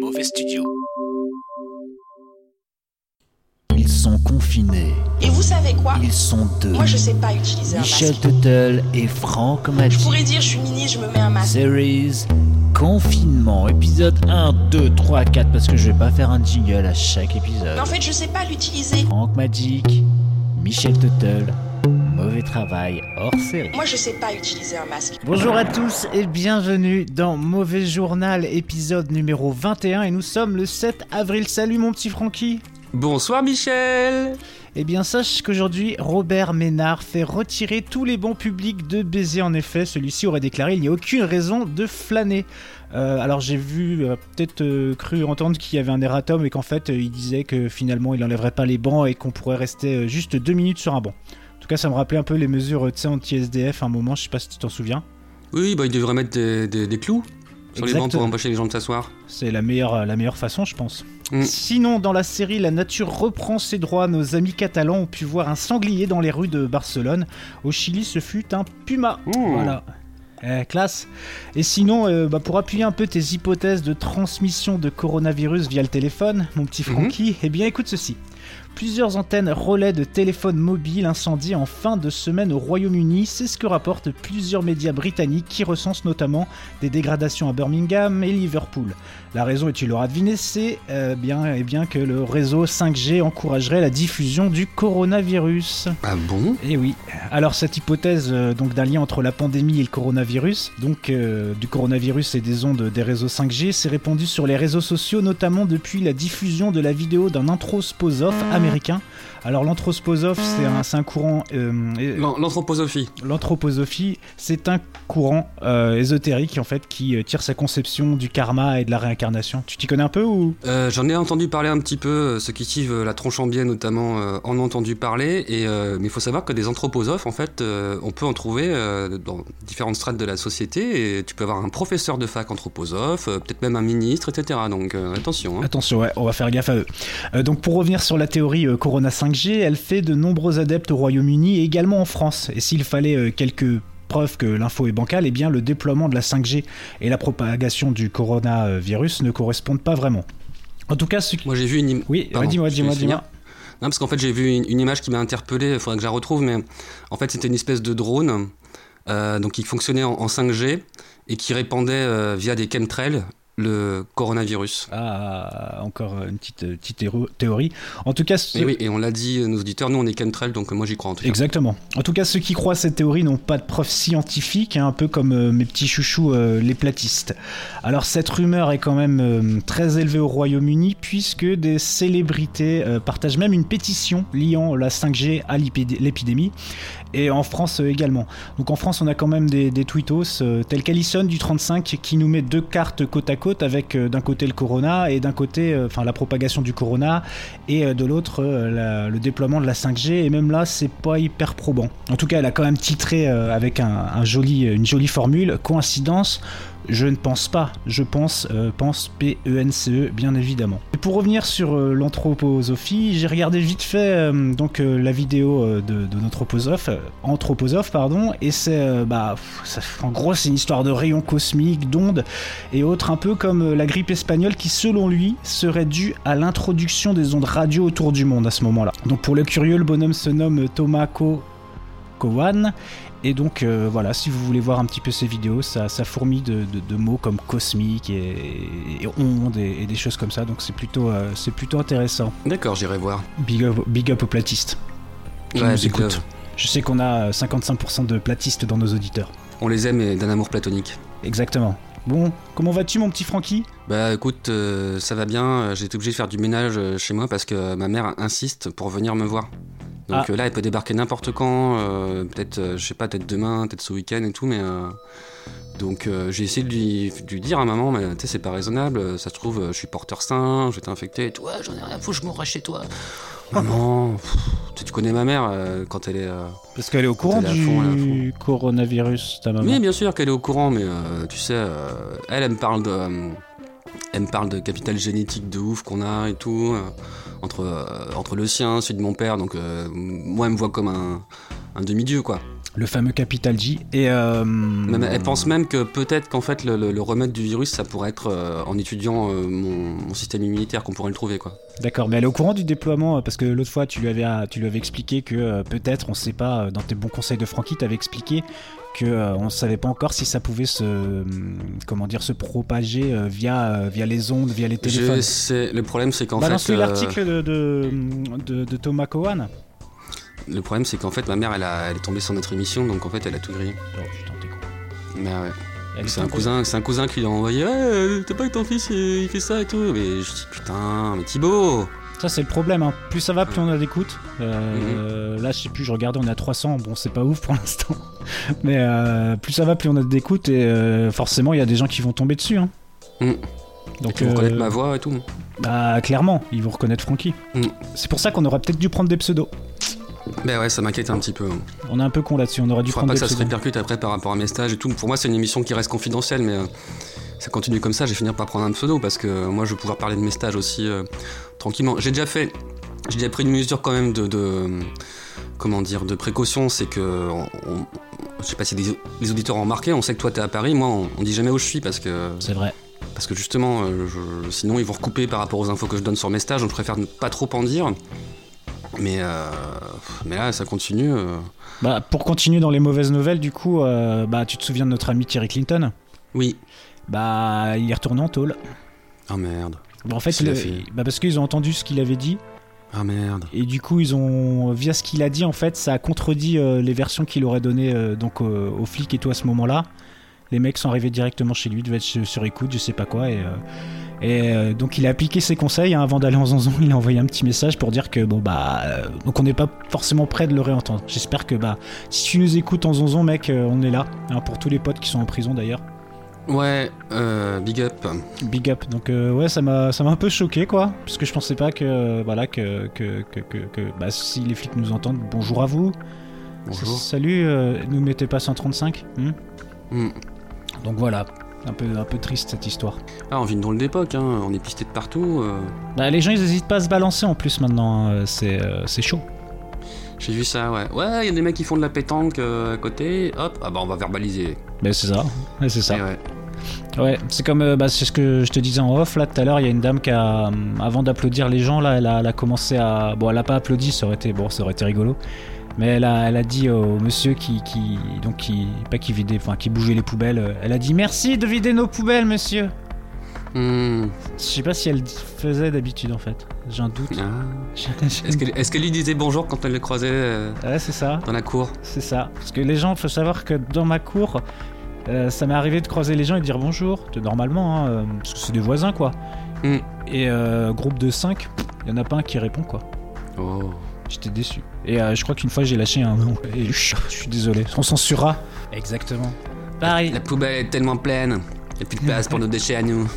Mauvais Studio. Ils sont confinés. Et vous savez quoi Ils sont deux. Moi, je sais pas utiliser un Michel masque. Tuttle et Franck Je Maggi. pourrais dire, je suis mini, je me mets un masque. Series Confinement, épisode 1, 2, 3, 4, parce que je vais pas faire un jingle à chaque épisode. Mais en fait, je sais pas l'utiliser. Franck Magic, Michel Tuttle, mauvais travail hors série. Moi, je sais pas utiliser un masque. Bonjour à tous et bienvenue dans Mauvais Journal, épisode numéro 21, et nous sommes le 7 avril. Salut mon petit Francky Bonsoir Michel Eh bien, sache qu'aujourd'hui, Robert Ménard fait retirer tous les bons publics de Baiser. En effet, celui-ci aurait déclaré il n'y a aucune raison de flâner. Euh, alors, j'ai vu, euh, peut-être euh, cru entendre qu'il y avait un erratum et qu'en fait, euh, il disait que finalement, il n'enlèverait pas les bancs et qu'on pourrait rester euh, juste deux minutes sur un banc. En tout cas, ça me rappelait un peu les mesures, euh, tu sais, anti-SDF à un moment, je sais pas si tu t'en souviens. Oui, bah, il devrait mettre des, des- des clous sur les Exact. bancs pour empêcher les gens de s'asseoir. C'est la meilleure, euh, la meilleure façon, je pense. Mm. Sinon, dans la série La nature reprend ses droits, nos amis catalans ont pu voir un sanglier dans les rues de Barcelone. Au Chili, ce fut un puma. Ouh. Voilà. Eh, classe. Et sinon, euh, bah, pour appuyer un peu tes hypothèses de transmission de coronavirus via le téléphone, mon petit Mhm. Francky, eh bien écoute ceci. Plusieurs antennes relais de téléphones mobiles incendiées en fin de semaine au Royaume-Uni, c'est ce que rapportent plusieurs médias britanniques qui recensent notamment des dégradations à Birmingham et Liverpool. La raison, et tu l'auras deviné, c'est euh, bien, eh bien que le réseau 5G encouragerait la diffusion du coronavirus. Ah bon Eh oui. Alors cette hypothèse euh, donc d'un lien entre la pandémie et le coronavirus, donc euh, du coronavirus et des ondes des réseaux 5G, s'est répandue sur les réseaux sociaux, notamment depuis la diffusion de la vidéo d'un anthroposophe américain. Alors l'anthroposophe, c'est un, c'est un courant euh, euh, L'an- L'anthroposophie. L'anthroposophie, c'est un courant euh, ésotérique en fait qui euh, tire sa conception du karma et de la réincarnation. Tu t'y connais un peu ou Euh, J'en ai entendu parler un petit peu, euh, ceux qui suivent euh, la tronche en biais notamment euh, en ont entendu parler, et, euh, mais il faut savoir que des anthroposophes, en fait, euh, on peut en trouver euh, dans différentes strates de la société, et tu peux avoir un professeur de fac anthroposophe, euh, peut-être même un ministre, etc. Donc euh, attention. hein. Attention, ouais, on va faire gaffe à eux. Euh, donc pour revenir sur la théorie euh, Corona 5G, elle fait de nombreux adeptes au Royaume-Uni et également en France. Et s'il fallait euh, quelques preuves que l'info est bancale, eh bien le déploiement de la 5G et la propagation du coronavirus ne correspondent pas vraiment. En tout cas, ce qui... Moi j'ai vu une... im- Oui, Pardon, ouais, dis-moi, je te dis-moi, laisse dis-moi. finir. Non, parce qu'en fait, j'ai vu une, une image qui m'a interpellé, il faudrait que je la retrouve, mais en fait, c'était une espèce de drone euh, donc qui fonctionnait en, en 5G et qui répandait euh, via des chemtrails le coronavirus. Ah, encore euh, une petite, euh, petite théo- théorie. En tout cas, ce- Et oui, et on l'a dit, euh, nos auditeurs, nous on est chemtrails, donc euh, moi j'y crois en tout cas. Exactement. En tout cas, ceux qui croient à cette théorie n'ont pas de preuves scientifiques, hein, un peu comme euh, mes petits chouchous, euh, les platistes. Alors, cette rumeur est quand même euh, très élevée au Royaume-Uni, puisque des célébrités euh, partagent même une pétition liant la 5G à l'épid- l'épidémie, et en France euh, également. Donc, en France, on a quand même des, des tweetos euh, tels qu'Alison du 35 qui nous met deux cartes côte à côte avec euh, d'un côté le corona et d'un côté euh, enfin la propagation du corona et euh, de l'autre euh, la- le déploiement de la 5G et même là c'est pas hyper probant. En tout cas elle a quand même titré euh, avec un, un joli, euh, une jolie formule coïncidence je ne pense pas, je pense, euh, pense P-E-N-C-E, E, bien évidemment. Et pour revenir sur euh, l'anthroposophie, j'ai regardé vite fait euh, donc, euh, la vidéo euh, de, de notre anthroposophe, euh, anthroposophe, pardon, et c'est, euh, bah, pff, ça- en gros, c'est une histoire de rayons cosmiques, d'ondes, et autres, un peu comme euh, la grippe espagnole qui, selon lui, serait due à l'introduction des ondes radio autour du monde à ce moment-là. Donc pour le curieux, le bonhomme se nomme Thomas Co. Cowan. Et donc euh, voilà, si vous voulez voir un petit peu ces vidéos, ça, ça fourmille de, de- de mots comme cosmique et, et ondes et, et des choses comme ça. Donc c'est plutôt, euh, c'est plutôt intéressant. D'accord, j'irai voir. Big up, big up aux platistes. qui Ouais, nous Big écoutent. Love. Je sais qu'on a euh, 55% de platistes dans nos auditeurs. On les aime et d'un amour platonique. Exactement. Bon, comment vas-tu mon petit Francky Bah écoute, euh, ça va bien, euh, j'ai été obligé de faire du ménage euh, chez moi parce que ma mère insiste pour venir me voir. Donc Ah. euh, là, elle peut débarquer n'importe quand, euh, peut-être, euh, je sais pas, peut-être demain, peut-être ce week-end et tout, mais... euh, donc euh, j'ai essayé de lui, de lui dire à maman, mais tu sais, c'est pas raisonnable, euh, ça se trouve, euh, je suis porteur sain, j'étais infecté, et tout, Ouais, j'en ai rien à foutre, je mourrai chez toi. Maman, pff, tu- tu connais ma mère euh, quand elle est... euh, Parce qu'elle est au courant elle est à fond, elle est du coronavirus, ta maman. oui, bien sûr qu'elle est au courant, mais euh, tu sais, euh, elle, elle me parle de. euh, elle me parle de capital génétique de ouf qu'on a et tout, euh, entre, euh, entre le sien, celui de mon père, donc euh, moi elle me voit comme un, un demi-dieu quoi. le fameux Capital J. Et euh, Même- elle pense même que peut-être qu'en fait le, le- le remède du virus ça pourrait être euh, en étudiant euh, mon, mon système immunitaire qu'on pourrait le trouver quoi. D'accord, mais elle est au courant du déploiement euh, parce que l'autre fois tu lui avais, euh, tu lui avais expliqué que euh, peut-être, on sait pas, euh, dans tes bons conseils de Francky, t'avais expliqué que euh, on savait pas encore si ça pouvait se, hum, comment dire, se propager euh, via, euh, via les ondes, via les téléphones. Je sais- le problème c'est qu'en fait Balance-lui euh, Bah, l'article de, de, de- de Thomas Cowan. Oh, le problème c'est qu'en fait ma mère elle, a- elle est tombée sur notre émission donc en fait elle a tout grillé. Oh putain, t'es con. Mais ouais. Elle C'est est un con. cousin, c'est un cousin qui lui a envoyé. Ouais, euh, t'as pas que ton fils euh, il fait ça et tout. Mais je dis putain, mais Thibaut. Ça, c'est le problème. hein. Plus ça va, plus on a d'écoute. Euh, Mhm. Là, je sais plus, je regardais, on est à 300. Bon, c'est pas ouf pour l'instant. Mais euh, plus ça va, plus on a d'écoute. Et euh, forcément, il y a des gens qui vont tomber dessus. hein. Mm. Donc, Tu veux euh, reconnaître ma voix et tout. bah, clairement, ils vont reconnaître Francky. Mm. C'est pour ça qu'on aurait peut-être dû prendre des pseudos. Ben ouais, ça m'inquiète un petit peu. hein. On est un peu con là-dessus. On aurait dû Faudra pas prendre que des ça se pseudos. répercute après par rapport à mes stages et tout. Pour moi, c'est une émission qui reste confidentielle, mais euh, ça continue comme ça, je vais finir par prendre un pseudo parce que euh, moi, je vais pouvoir parler de mes stages aussi euh, tranquillement. J'ai déjà fait, j'ai déjà pris une mesure quand même de, de, euh, comment dire, de précaution, c'est que, on, on- je sais pas si les, les auditeurs ont remarqué, on sait que toi t'es à Paris, moi on, on dit jamais où je suis parce que, euh, C'est vrai. parce que justement, euh, je- sinon ils vont recouper par rapport aux infos que je donne sur mes stages, donc je préfère ne pas trop en dire. Mais, euh, mais là, ça continue. euh. Bah, pour continuer dans les mauvaises nouvelles, du coup, euh, bah, tu te souviens de notre ami Thierry Clinton Oui. Bah, il est retourné en tôle. Ah merde. Bah, en fait, Qu'est-ce qu'il le- a fait bah, parce qu'ils ont entendu ce qu'il avait dit. Ah merde. Et du coup, ils ont, via ce qu'il a dit, en fait, ça a contredit euh, les versions qu'il aurait données euh, donc, euh, aux flics et tout à ce moment-là. Les mecs sont arrivés directement chez lui, devaient être sur sur écoute, je sais pas quoi. Et, euh, et euh, donc, il a appliqué ses conseils. hein, avant d'aller en zonzon, il a envoyé un petit message pour dire que, bon, bah, euh, donc on n'est pas forcément prêt de le réentendre. J'espère que, bah, si tu nous écoutes en zonzon, mec, euh, on est là. hein, pour tous les potes qui sont en prison d'ailleurs. Ouais, euh, big up. Big up. Donc euh, ouais, ça m'a ça m'a un peu choqué quoi, parce que je pensais pas que euh, voilà que que, que, que, que- bah si les flics nous entendent, bonjour à vous. Bonjour. Salut, euh, nous mettez pas 135. hmm Hmm. Donc voilà, un peu un peu triste cette histoire. Ah, on vit une drôle d'époque, hein. on est pisté de partout. euh. Bah les gens ils hésitent pas à se balancer en plus maintenant, hein, c'est euh, c'est chaud. J'ai vu ça, ouais. Ouais, il y a des mecs qui font de la pétanque euh, à côté, hop, ah bah on va verbaliser. Mais c'est ça, hein. Ouais, c'est ça. Eh ouais. Ouais, c'est comme euh, bah, c'est ce que je te disais en off là tout à l'heure. Il y a une dame qui a, hum, avant d'applaudir les gens là, elle a, elle a commencé à, bon, elle a pas applaudi, ça aurait été bon, ça aurait été rigolo. Mais elle a, elle a dit au monsieur qui, qui donc qui, pas qui vidait, enfin qui bougeait les poubelles. euh, Elle a dit merci de vider nos poubelles, monsieur. Hmm. Je sais pas si elle d- faisait d'habitude en fait. J'ai un doute. Ah. J'ai- j'ai- Est-ce qu'elle est-ce qu'elle lui disait bonjour quand elle le croisait euh, Ouais, c'est ça. dans la cour C'est ça. Parce que les gens, faut savoir que dans ma cour, euh, ça m'est arrivé de croiser les gens et de dire bonjour, de- normalement, hein, euh, parce que c'est des voisins quoi. Mm. Et euh, groupe de 5, il y en a pas un qui répond quoi. Oh. J'étais déçu. Et euh, je crois qu'une fois j'ai lâché un nom. Et je je suis désolé, on censurera. Exactement. Pareil. La poubelle est tellement pleine, il a plus de place pour nos déchets à nous.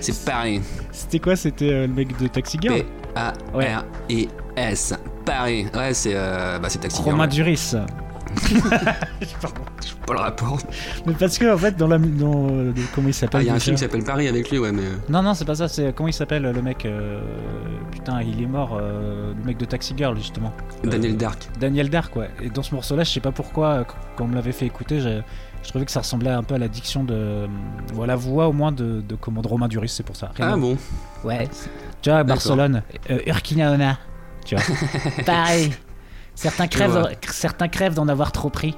C'est Paris. C'était quoi C'était euh, le mec de Taxi Girl Ouais. P-A-R-I-S. Paris. Ouais, c'est euh, bah, c'est taxi. Romain Girl, Duris. ouais. Pas le rapport. Mais parce que en fait dans la dans, euh, comment il s'appelle Ah, il y a un déjà film qui s'appelle Paris avec lui, ouais, mais. euh, Non, non, c'est pas ça, c'est comment il s'appelle le mec euh, Putain, il est mort, euh, le mec de Taxi Girl justement. Euh, Daniel Dark. Daniel Dark, ouais. Et dans ce morceau-là, je sais pas pourquoi, euh, qu- quand on me l'avait fait écouter, j'ai- je trouvais que ça ressemblait un peu à la diction de. euh, ou à la voix au moins de, de comment de Romain Duris, c'est pour ça. Rien Ah à- bon Ouais. Tu vois, Barcelone, euh, Urquinaona. Tu vois. Pareil. Certains crèvent, Je d'en- certains crèvent d'en avoir trop pris.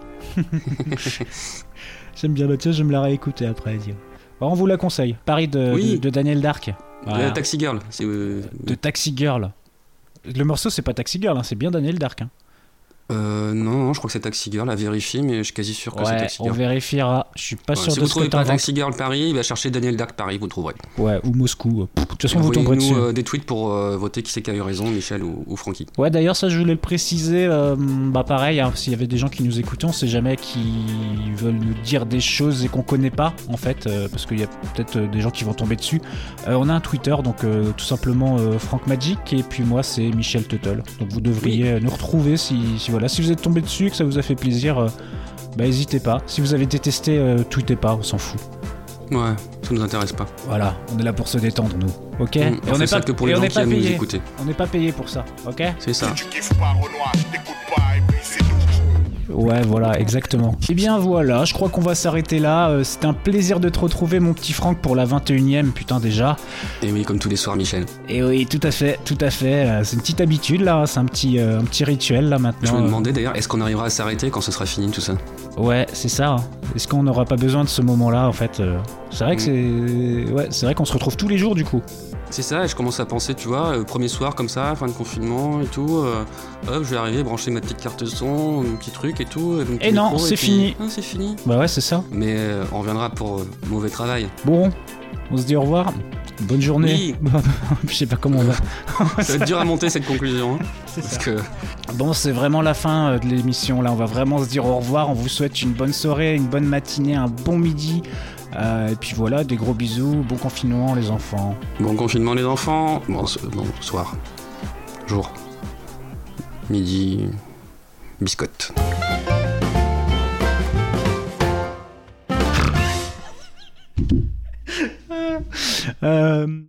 J'aime bien le tiens, je me la réécouter après. dis. Bon, on vous la conseille. Paris de, Oui. de, de Daniel Dark. Voilà. Euh, Taxi Girl, c'est. euh, De Taxi Girl. Le morceau, c'est pas Taxi Girl, hein, c'est bien Daniel Dark. hein. Euh, non, non, je crois que c'est Taxi Girl, à vérifier, mais je suis quasi sûr que c'est Ouais, Taxi on Girl. vérifiera. Je suis pas Ouais, sûr si de vous ce que trouvez pas t'inventes. Taxi Girl Paris, bah, cherchez Daniel Dark Paris, vous le trouverez. Ouais, ou Moscou. Pff, De toute façon, vous tomberez dessus. Envoyez-nous euh, des tweets pour euh, voter qui c'est qui a eu raison, Michel ou, ou Francky. Ouais, d'ailleurs, ça, je voulais le préciser. euh, bah, pareil, hein, s'il y avait des gens qui nous écoutaient, on sait jamais qui veulent nous dire des choses et qu'on connaît pas, en fait, euh, parce qu'il y a peut-être euh, des gens qui vont tomber dessus. Euh, on a un Twitter, donc euh, tout simplement euh, Franck Magic, et puis moi, c'est Michel Tuttle. Donc vous devriez euh, nous retrouver si, si, voilà, si vous êtes tombé dessus, que ça vous a fait plaisir. euh, bah, n'hésitez pas. Si vous avez détesté, euh, tweetez pas, on s'en fout. Ouais, ça nous intéresse pas. Voilà, on est là pour se détendre, nous. Ok Mm, Et on fait n'est ça pas- que pour les et on gens n'est qui pas aiment nous payé. écouter. On n'est pas payé pour ça, ok C'est ça. Tu kiffes pas Renoir, t'écoutes pas et puis c'est tout. Ouais, voilà, exactement. Et bien voilà, je crois qu'on va s'arrêter là. Euh, C'était un plaisir de te retrouver, mon petit Franck, pour la 21ème, putain déjà. Et Eh oui, comme tous les soirs, Michel. Et oui, tout à fait, tout à fait. Euh, C'est une petite habitude là, c'est un petit, euh, un petit rituel là Je maintenant. me demandais d'ailleurs, est-ce qu'on arrivera à s'arrêter quand ce sera fini tout ça Ouais, c'est ça. hein. Est-ce qu'on n'aura pas besoin de ce moment-là en fait euh, C'est Mm. vrai que c'est, ouais, c'est vrai qu'on se retrouve tous les jours du coup. C'est ça, et je commence à penser, tu vois, euh, premier soir comme ça, fin de confinement et tout. euh, hop, je vais arriver, brancher ma petite carte son, mon petit truc et tout. euh, mon petit Et non, micro, c'est puis- fini. Ah, c'est fini. Bah ouais, c'est ça. Mais euh, on reviendra pour euh, mauvais travail. Bon, on se dit au revoir. Bonne journée. Je sais pas comment on va. Ça va être dur à monter cette conclusion. hein, parce que Bon, c'est vraiment la fin euh, de l'émission. Là, on va vraiment se dire au revoir. On vous souhaite une bonne soirée, une bonne matinée, un bon midi. Euh, et puis voilà, des gros bisous. Bon confinement, les enfants. bon confinement les enfants. Bon, ce- bon, soir, jour, midi, biscotte. Euh,